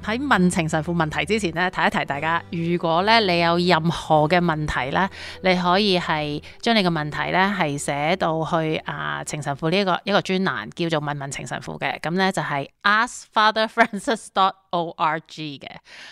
喺問情神父問題之前咧，提一提大家，如果咧你有任何嘅問題咧，你可以係將你嘅問題咧係寫到去啊情神父呢、一個一個專欄叫做問問情神父嘅，咁咧就係、askfatherfrancis.org 嘅，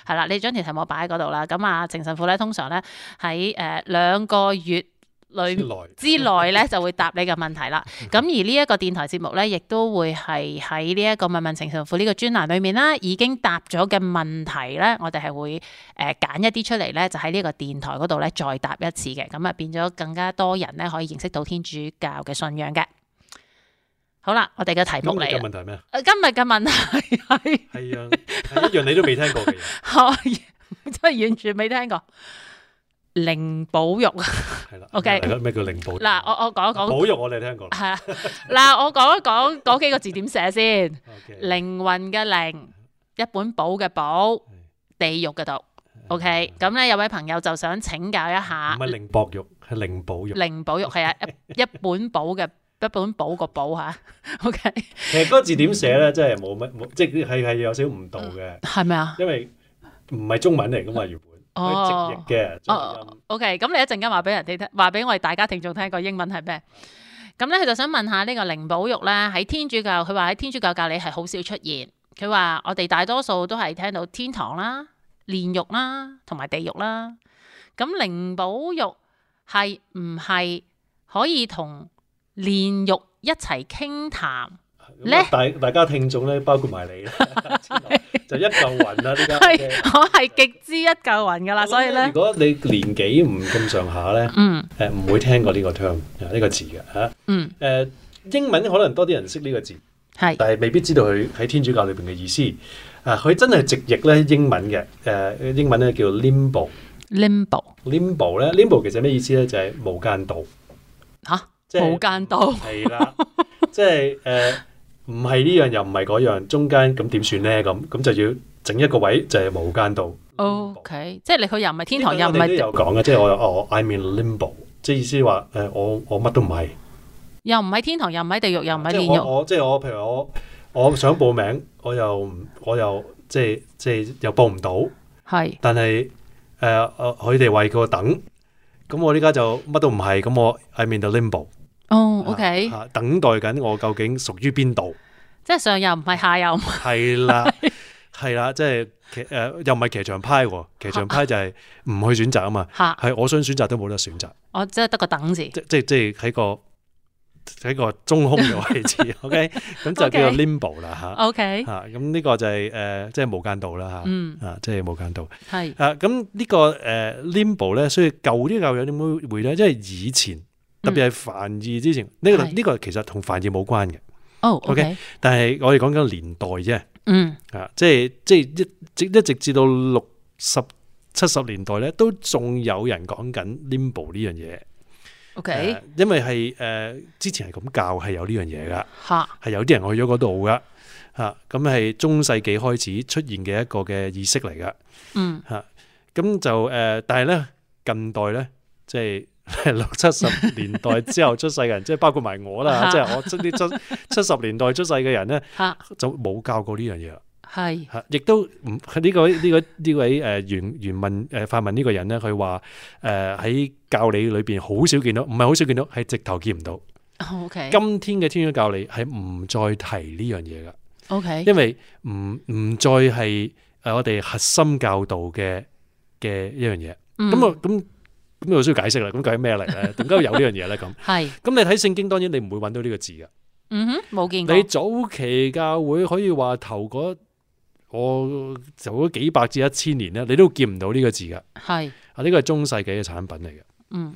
係啦，你將條題目擺喺嗰度啦。咁啊情神父咧通常咧喺誒兩個月裏之內之內咧就會答你嘅問題啦。咁而呢一個電台節目咧，亦都會係喺呢一個問問情神父呢個專欄裏面啦，已經答咗嘅問題咧，我哋係會誒揀一啲出嚟咧，就喺呢個電台嗰度咧再答一次嘅。咁啊變咗更加多人咧可以認識到天主教嘅信仰嘅。好啦，我哋嘅題咁目你嚟嘅啦。問題係咩啊？誒今日嘅問題係 係啊，係一樣你都未聽過嘅嘢，係真係完全未聽過靈寶玉。係啦。 OK 係啦咩叫靈寶？嗱，我我講一講。保育我哋聽過啦。係啊， 嗱，我講一講嗰幾個字點寫先。 OK 靈魂嘅靈，一本簿嘅簿，地獄嘅毒。OK，咁咧有位朋友就想請教一下唔係靈博育，係靈保育。靈寶玉係啊，一一本簿嘅一本簿個簿吓。OK，其實嗰個字點寫咧，真係冇乜冇，即係係係有少少誤導嘅，係咪啊？因為唔係中文嚟噶嘛原本，哦係直譯嘅中哦音。 ，OK，咁你一陣間話俾人哋聽，話俾我哋大家聽眾聽個英文係咩？咁咧，佢就想問下呢個靈寶玉咧，喺天主教，佢話喺天主教教理係好少出現。佢話我哋大多數都係聽到天堂啦、煉獄啦、同埋地獄啦。咁靈寶玉係唔係可以同煉獄一齊傾談？咁啊大大家聽眾咧，包括埋 你咧， 就一嚿雲啦呢家。係 我係極之一嚿雲㗎啦，所以如咧，果你年紀唔咁上下咧，嗯誒唔會聽過呢個 term 呢個字嘅嚇。嗯誒、呃英文可能多啲人識呢個字，係但係未必知道佢喺天主教裏邊嘅意思。啊，佢真係直譯咧英文嘅，誒、呃英文咧叫 limbo。 limbo limbo 咧，limbo 其實咩意思咧？就係、無間道，嚇，即係無間道係啦，即係誒唔係呢樣又唔係嗰樣，中間咁點算咧？咁咁就要整一個位就係、無間道。 O K，即係你佢又唔係天堂，又嗯呢唔個我哋都係有講嘅，即係我我 I mean limbo，即係意思話誒、我我乜都唔係。又唔係天堂，又唔係地獄，又唔係啊即係煉獄。我我即係我，譬如我我想報名，我又唔我又即係即係又報唔到，係但係誒誒佢哋為佢等，咁我呢家就乜都唔係，咁我喺面對 limbo。哦，O K，啊等待緊我究竟屬於邊度？即係上又唔係，下又唔係。係啦，係啦，即係騎誒又唔係騎牆派喎，騎牆派就係唔去選擇啊嘛，吓，係我想選擇都冇得選擇，我即係得個等字。即即即係喺個喺個中空嘅位置，OK，咁就叫做 OK limbo 啦嚇。 O K，吓啊咁呢個就係、诶誒、即係無間道啦吓，嗯，啊，即係無間道。係，啊，咁、呢個誒 limbo 咧，所以舊啲舊友點會會咧？因為以前特別係梵二之前，呢、個係呢個其實同梵二冇關嘅，哦，O K，但係我哋講緊年代啫，嗯，啊，即係即係一直一直至到六十七十年代咧，都仲有人講緊 limbo 呢樣嘢。 O 誒 K，因為係誒、之前係咁教係有呢樣嘢噶。吓，係有啲人去咗嗰度噶，嚇咁係中世紀開始出現嘅一個嘅意識嚟噶，嗯，咁就誒、呃但係咧近代咧，即係 六七十年代之後出世嘅人，即係包括埋我啦，嚇即係我出啲七 七十年代出世嘅人咧，吓，就冇教過呢樣嘢啦，係，嚇，亦都唔呢個呢個呢位誒原原問誒發問呢個人咧，佢話誒喺教理裏邊好少見到，唔係好少見到，係直頭見唔到。 O K，今天嘅天主教理係唔再提呢樣嘢噶。 O K，因為唔唔再係誒我哋核心教導嘅嘅一樣嘢。咁咁啊咁咁又需要解釋啦。咁究竟咩嚟咧？點解有呢樣嘢咧？咁係，咁你睇聖經當然你唔會揾到呢個字㗎。嗯哼，冇見過你，早期教會可以話頭嗰我走咗幾百至一千年咧，你都見唔到呢個字㗎。係，啊，呢個係中世紀嘅產品嚟嘅。嗯，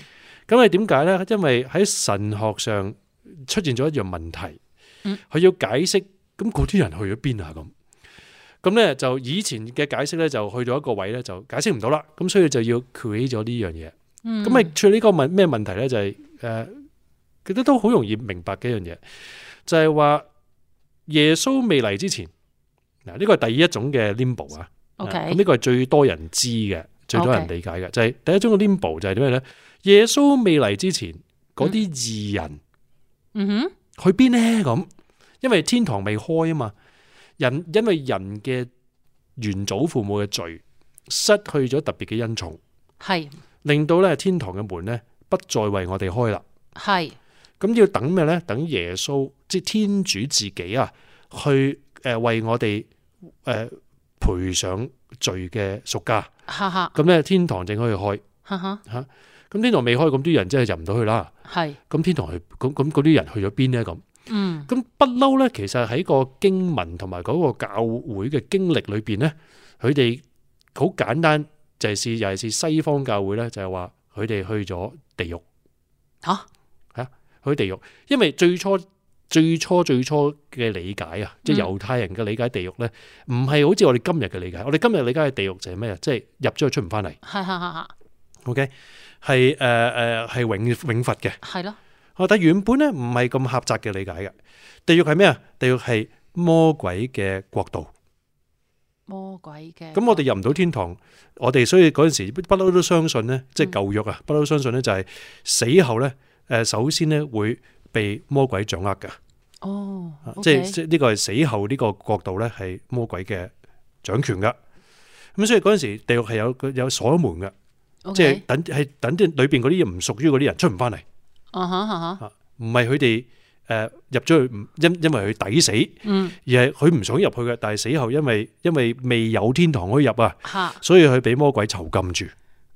咁係點解咧？因為喺神學上出現咗一樣問題嗯，佢要解釋咁嗰啲人去咗邊啊咁。咁咧就以前嘅解釋咧就去到一個位咧就解釋唔到啦，咁所以就要 create 咗呢樣嘢。嗯，咁咪處理呢個問咩問題咧？就係、誒，其實都好容易明白嘅一樣嘢，就係、話耶穌未嚟之前，嗱呢個係第一種嘅 limbo 啊。 OK 啊咁呢個係最多人知嘅，最多人理解嘅就係第一種嘅 limbo 就係點樣咧？耶穌未嚟之前嗰啲義人。嗯哼，去邊呢？咁，因為天堂未開啊嘛，人因為人嘅原祖父母嘅罪，失去咗特別嘅恩寵，係令到咧天堂嘅門咧不再為我哋開啦。係咁要等咩呢？等耶穌即係天主自己啊，去誒為我哋誒賠上罪嘅贖價。哈哈咁咧天堂正可以開，哈哈咁天堂未開，咁啲人真係入唔到去啦。係咁天堂去，咁咁嗰啲人去咗邊呢？咁？嗯咁不嬲咧，其實喺個經文同埋嗰個教會嘅經歷裏邊咧，佢哋好簡單，就係是尤其是西方教會咧，就係話佢哋去咗地獄嚇去地獄，因為最初最初最初嘅理解啊，即係猶太人嘅理解地獄咧，唔係好似我哋今日嘅理解。我哋今日理解嘅地獄就係咩啊？即係入咗去出唔翻嚟係係係，OK，係誒誒係永永罰嘅。係咯，哦，但原本咧唔係咁狹窄嘅理解嘅。地獄係咩啊？地獄係魔鬼嘅國度。魔鬼嘅咁我哋入唔到天堂，我哋所以嗰陣時不嬲都相信咧，嗯即係舊約啊，不嬲相信咧就係死後咧，誒首先咧會被魔鬼掌握嘅，哦啊，即 OK 係即係呢個係死後呢個國度咧係魔鬼嘅掌權噶。咁所以嗰陣時地獄係有有鎖門嘅， OK 即係等係等啲裏邊嗰啲嘢唔屬於嗰啲人出唔翻嚟。啊哈啊哈，唔係佢哋誒入咗去，唔因因為佢抵死，嗯而係佢唔想入去嘅。但係死後因為因為未有天堂可以入啊，嚇所以佢俾魔鬼囚禁住。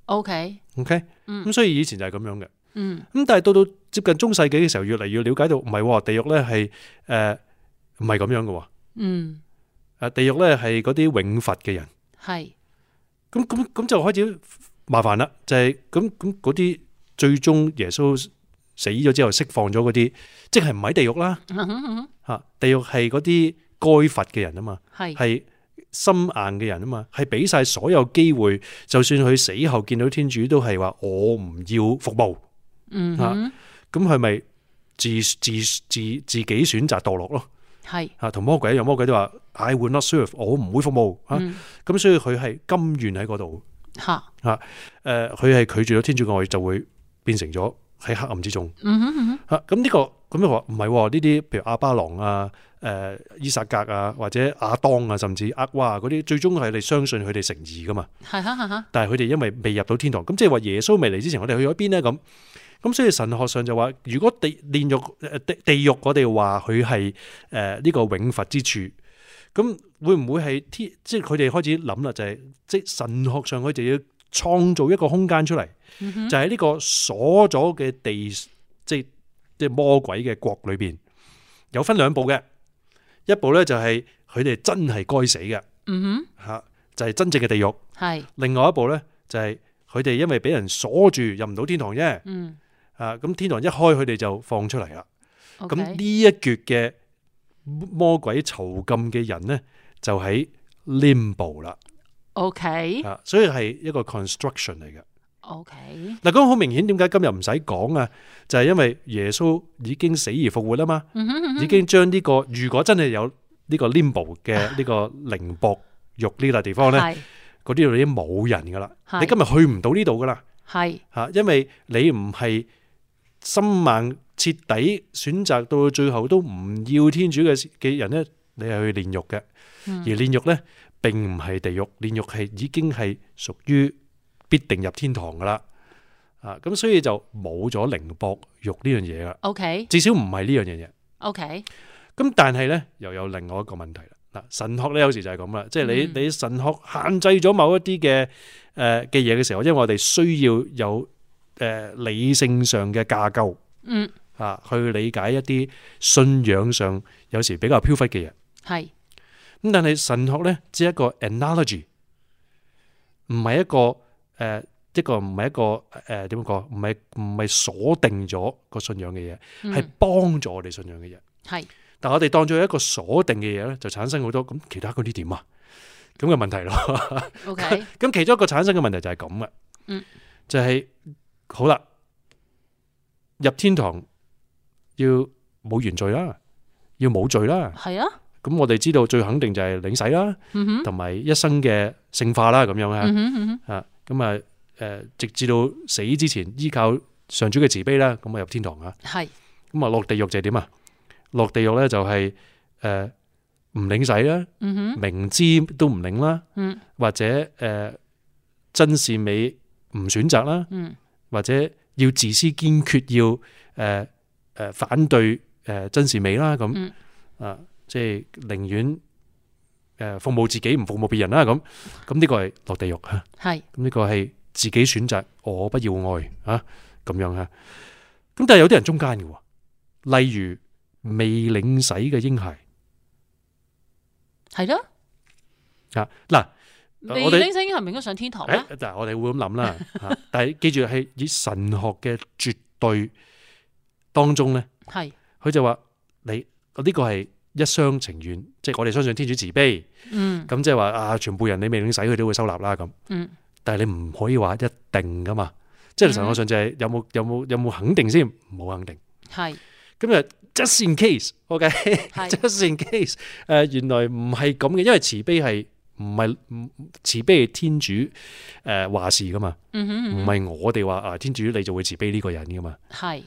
OK OK，咁、嗯所以以前就係咁樣嘅。嗯咁但係到到接近中世紀嘅時候，越嚟越了解到唔係喎，地獄咧係誒唔係咁樣嘅喎。嗯誒地獄咧係嗰啲永罰嘅人。係咁咁咁就開始麻煩啦，就係咁咁嗰啲最終耶穌死咗之後釋放咗嗰啲，即係唔喺地獄啦。嗯哼嗯哼吓，地獄係嗰啲該罰嘅人啊嘛，係係心硬嘅人啊嘛，係俾晒所有機會，就算佢死後見到天主都係話我唔要服務，嗯啊哼咁佢咪自自自自己選擇墮落咯係吓，同魔鬼一樣，魔鬼都話 I will not serve，我唔會服務吓，嗯咁、所以佢係甘願喺嗰度，嚇誒、佢係拒絕咗天主嘅愛，就會變成咗喺黑暗之中。嗯哼嗯哼吓咁呢個咁你話唔係喎？呢啲譬如阿巴郎啊、誒、伊撒格啊，或者亞當啊，甚至厄娃啊嗰啲，最終係你相信佢哋誠意噶嘛？係嚇嚇嚇但係佢哋因為未入到天堂，咁即係話耶穌未嚟之前，我哋去咗邊呢？咁咁所以神學上就話，如果地煉獄誒地地獄，我哋話佢係誒呢個永罰之處。咁會唔會係天？即係佢哋開始諗啦，就係、即係神學上佢哋要創造一個空間出嚟，嗯哼就喺呢個鎖咗嘅地，即係即係魔鬼嘅國裏邊，有分兩步嘅。一步咧就係佢哋真係該死嘅嗯吓，就係、真正嘅地獄。哼係另外一步咧就係佢哋因為俾人鎖住入唔到天堂啫，嗯啊咁天堂一開佢哋就放出嚟啦。咁 OK 呢一橛嘅魔鬼囚禁嘅人咧就喺 limbo 啦， OK 啊，所以係一個 construction 嚟嘅。 OK 嗱，咁好明顯，點解今日唔使講啊？就係因為耶穌已經死而復活啦嘛，嗯哼嗯已哼經將呢個如果真係有呢個 limbo 嘅呢個靈薄獄呢笪地方咧，係嗰啲度已經冇人噶啦，係你今日去唔到呢度噶啦係嚇，啊因為你唔係心硬徹底選擇到最後都唔要天主嘅嘅人咧，你係去煉獄嘅，嗯而煉獄咧並唔係地獄，煉獄係已經係屬於必定入天堂噶啦。啊，咁所以就冇咗靈薄獄呢樣嘢啦， OK 至少唔係呢樣嘢嘢。 OK 咁但係咧，又有另外一個問題啦。嗱，神學咧有時就係咁啦，即係你嗯你神學限制咗某一啲嘅誒嘅嘢嘅時候，因為我哋需要有誒、呃理性上嘅架構嗯啊，去理解一啲信仰上有時比較飄忽嘅嘢。係咁但係神學咧，只係一個 analogy，唔係一個誒、呃一個唔係一個誒點講，唔係唔係鎖定咗個信仰嘅嘢，係嗯幫助我哋信仰嘅嘢。係但我哋當咗一個鎖定嘅嘢咧，就產生好多咁其他嗰啲點啊？咁嘅問題咯。 O K， 咁其中一個產生嘅問題就係咁嘅，嗯就係、好啦，入天堂要冇原罪啦，要冇罪啦。係啊，咁我哋知道最肯定就係領洗啦，嗯哼，同埋一生嘅聖化啦，咁樣啊嗯，哼，嗯哼，啊，咁啊，誒，直至到死之前依靠上主嘅慈悲啦，咁啊入天堂啊，係咁啊落地獄就係點啊？落地獄咧就係誒唔領洗啦，嗯哼，明知都唔領啦，嗯或者誒、呃真善美唔選擇啦，嗯或者要自私堅決要誒誒、呃呃反對誒、呃真善美啦，咁、嗯啊，即係寧願誒服務自己唔服務別人啦，咁咁呢個係落地獄啊嚇，係咁呢個係自己選擇，我不要愛啊咁樣嚇。咁但係有啲人中間嘅喎，例如未領洗嘅嬰孩係咯，啊嗱。你我哋拎星係咪應該上天堂啊咧？誒嗱，我哋會咁諗啦， 嚇但係記住係以神學嘅絕對當中咧，係佢就話你呢個係一廂情願，即係我哋相信天主慈悲，嗯咁即係話啊，全部人你未領洗佢都會收納啦咁，嗯但係你唔可以話一定噶嘛，即係神學上就係有冇有冇有冇肯定先，冇肯定，係咁就 just in case，OK、係 just in case，誒、原呃來唔係咁嘅，因為慈悲係唔係唔慈悲係天主誒、呃、話事噶嘛。嗯哼唔嗯哼係我哋話啊，天主你就會慈悲呢個人噶嘛，係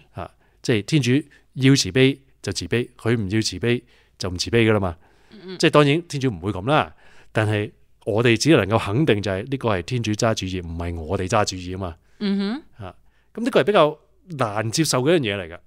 即係天主要慈悲就慈悲，佢唔要慈悲就唔慈悲噶啦嘛。嗯即係當然天主唔會咁啦，但係我哋只能夠肯定就係呢個係天主揸主意，唔係我哋揸主意啊嘛。嗯咁呢個係比較難接受嘅一樣嘢嚟噶。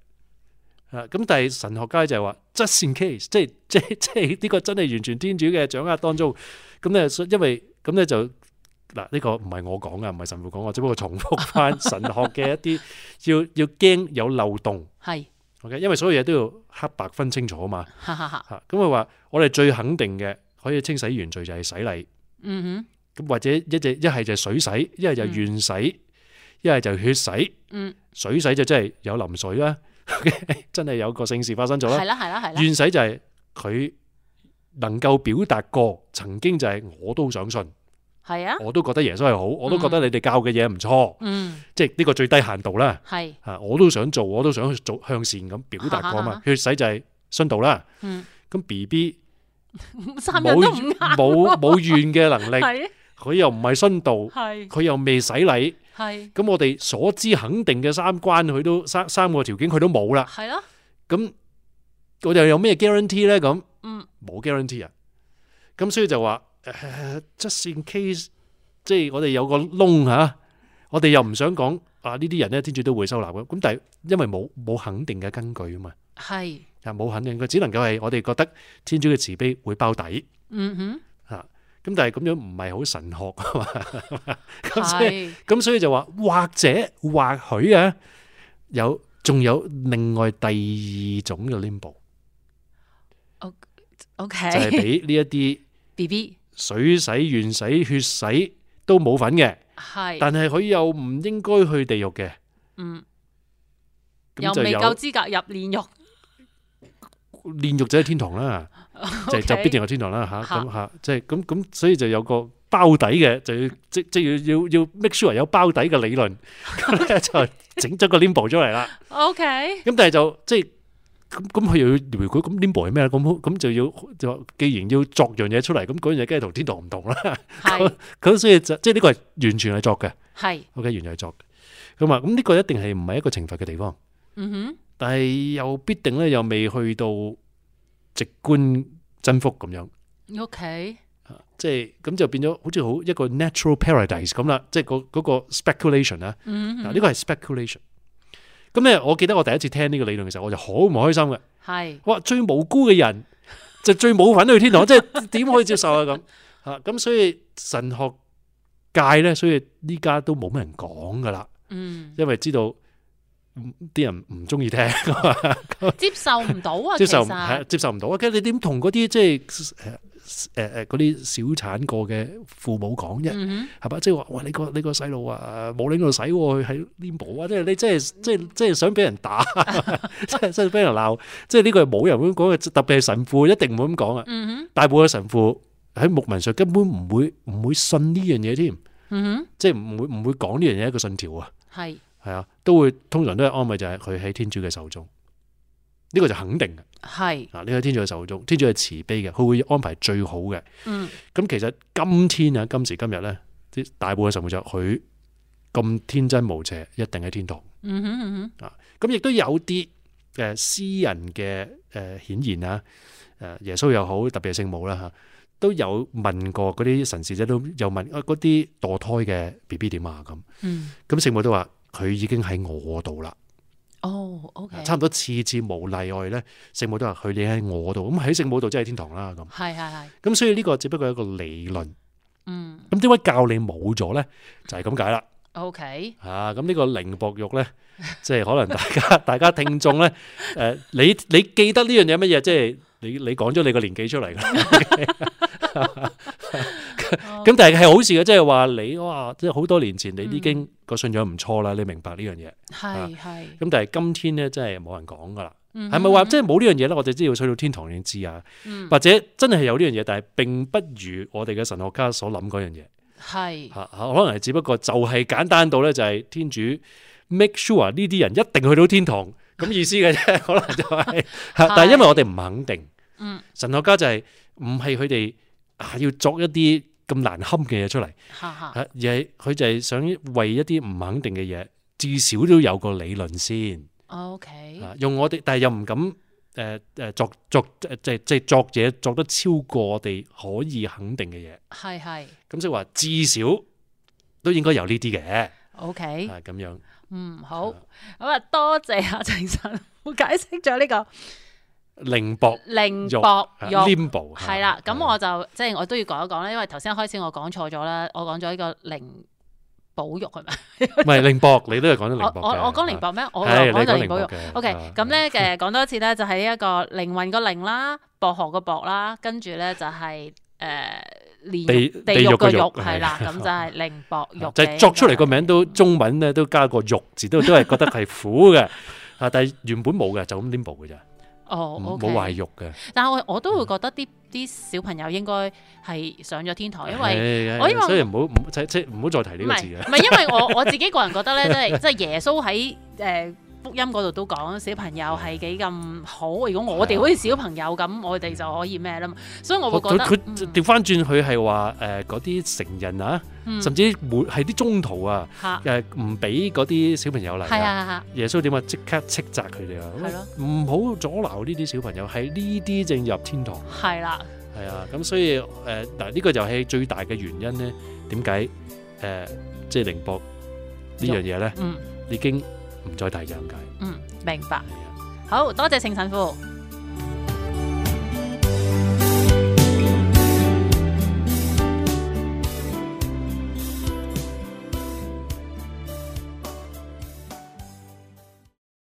啊，咁但係神學家就係話 just in case，即係即係即係呢個真係完全天主嘅掌握當中。咁咧，所以因為咁咧就嗱呢個唔係我講噶，唔係神父講，我只不過重複翻神學嘅一啲要要驚有漏洞。哼係 OK，因為所有嘢都要黑白分清楚啊嘛。哈哈哈嚇，咁佢話我哋最肯定嘅可以清洗原罪就係洗禮，嗯咁或者一隻一係就係水洗，一係就願洗，一係就血洗。哼嗯水洗就真係有淋水啦， 真係有個聖事發生咗係啦。啦係啦係啦願洗就係佢能夠表達過，曾經就係我都想信，係啊我都覺得耶穌係好，我都覺得你哋教嘅嘢唔錯，嗯即係呢個最低限度啦。係啊，我都想做，我都想去做向善咁表達過嘛。血洗就係殉道啦。嗯 咁 B B 三冇樣都唔啱冇冇怨嘅能力， 係佢又唔係殉道，係佢又未洗禮，係咁我哋所知肯定嘅三關佢都三三個條件佢都冇啦。係咯咁我哋有咩 guarantee 咧？咁嗯冇 guarantee 啊！咁所以就話誒，just in case，即係我哋有個窿嚇，我哋又唔想講啊呢啲人咧，天主都會收納嘅。咁但係因為冇冇肯定嘅根據啊嘛， 係啊冇肯定嘅，只能夠係我哋覺得天主嘅慈悲會包底嗯哼嚇。咁但係咁樣唔係好神學啊嘛，咁所以係咁所以就話或者或許啊，有仲有另外第二種嘅 limbo。就係 OK 俾呢一啲 B B 水洗、願洗、血洗都冇份嘅，係但係佢又唔應該去地獄嘅，嗯又咁就未夠有資格入煉獄煉獄就喺天堂啦， 就 OK 就必定有天堂啦吓，嚇咁吓，即係咁咁，所以就有個包底嘅，就要即即要要要 make sure 有包底嘅理 論，咁咧就整咗個 limbo 出嚟啦。 OK 咁但係就即係。咁咁佢又要回顧，咁 limbo 係咩咧？咁咁就要就話既然要作樣嘢出嚟，咁嗰樣嘢梗係同天堂唔同啦。係咁所以就即係呢個係完全係作嘅。係 OK，原來係作嘅。咁啊，咁呢個一定係唔係一個懲罰嘅地方，嗯哼但係又必定咧又未去到直觀真福咁樣， OK 啊即係咁就變咗好似好一個 natural paradise 咁啦，即係嗰嗰個 speculation 啊，嗯哼嗱呢個係 speculation。咁咧，我記得我第一次聽呢個理論嘅時候，我就好唔開心嘅。係哇，最無辜嘅人就最冇份去天堂，即係點可以接受啊？咁啊，咁所以神學界咧，所以呢家都冇乜人講噶啦。嗯因為知道嗯啲人唔中意聽，接受唔到啊接受唔其實係接受唔到啊！跟住你點同嗰啲即係誒誒誒嗰啲小產過嘅父母講啫，嗯係嘛？即係話哇，你個你個細路啊冇拎到洗喎，佢喺 limbo 啊！即係你即係即係即係想俾人打， 即係即係俾人鬧，即係呢個係冇人會咁講嘅，特別係神父一定唔會咁講啊！哼嗯大部分嘅神父喺牧民上根本唔會唔會信呢樣嘢添，嗯即係唔會唔會講呢樣嘢一個信條啊，哼，係係啊，都會通常都係安慰就係佢喺天主嘅手中，呢、個就肯定嘅。係，嗱，呢個天主嘅手中，天主係慈悲嘅，佢會安排最好嘅。嗯咁其實今天啊，今時今日咧，啲大部分神父就佢咁天真無邪，一定喺天堂。嗯哼嗯咁亦都有啲誒私人嘅誒顯現啊，誒耶穌又好，特別係聖母啦嚇，都有問過嗰啲神事者都有問啊嗰啲墮胎嘅 B B 點啊咁，哼，嗯，咁聖母都話佢已經喺我度啦，哦，OK，差唔多次次無例外咧，聖母都話佢哋喺我度，咁喺聖母度即係天堂啦咁，係係係，咁所以呢個只不過係一個理論，嗯咁點解教理冇咗咧？就係咁解啦。 ，OK，啊，咁呢個靈薄獄咧，即係可能大家 大家聽眾咧，誒、你你記得呢樣嘢乜嘢？即係你你講咗你個年紀出嚟㗎啦。 咁但係係好事嘅，即係話你哇，即係好多年前你已經個信仰唔錯啦，你明白呢樣嘢。係係，咁但係今天咧，真係冇人講㗎啦。係啊係咪話即係冇呢樣嘢咧？我哋都要去到天堂先知啊。嗯或者真係有呢樣嘢，但係並不如我哋嘅神學家所諗嗰樣嘢。係嚇可能係只不過就係簡單到咧，就係天主 make sure 呢啲人一定去到天堂咁意思嘅啫， 可能就係、嚇但係因為我哋唔肯定，嗯，神學家就係唔係佢哋啊要作一啲咁難堪嘅嘢出嚟，哈哈，嚇而係佢就係想為一啲唔肯定嘅嘢，至少都有個理論先， OK，啊用我哋，但係又唔敢誒誒、呃作作誒即係即係作嘢作得超過我哋可以肯定嘅嘢，係係咁即係話至少都應該有呢啲嘅。 OK。啊咁樣，嗯，好，咁啊，多謝阿鄭 神父解釋咗呢個靈薄靈肉啊薄肉。黏薄係啦，咁我就即係我都要講一講啦，因為頭先開始我講錯咗啦，我講咗呢個靈保育係咪？唔係靈薄，你都係講咗我靈薄我我講靈薄薄，咩？我係講你咗講靈保育薄。嘅。 O K，啊咁，咧嘅講多一次咧，就係呢一個靈魂個靈啦，薄荷個薄啦，跟住咧就係誒地煉地獄獄個個獄獄係係 啦，咁就係靈薄啊獄。就係作出嚟個名都中文咧都加個肉字，都都係覺得係苦嘅。啊，但係原本冇嘅，就咁黏薄嘅咋，哦冇，O 冇 K。壞肉嘅。但係我我都會覺得啲啲小朋友應該係上咗天哦堂，因為為我因為所以唔好唔即即唔好再提唔呢個係字啊。唔係因 為我我自己個人覺得咧，即係即係耶穌喺誒福音嗰度都講小朋友係幾咁好。如果我哋好似小朋友咁，我哋就可以咩啦嘛。所以我會覺佢得佢嗯調翻轉，佢係話誒嗰啲成人啊，嗯甚至每係啲中途啊，嚇誒唔俾嗰啲小朋友嚟係啊。啊耶穌點啊？即刻斥責佢哋係啊咯！唔好阻撓呢啲小朋友，係呢啲正入天堂。係啦係啊，咁所以誒嗱，呢個就係最大嘅原因咧。點解誒即係靈博呢樣嘢咧，嗯已經唔再提就咁解。嗯明白。係啊好多謝聖神父，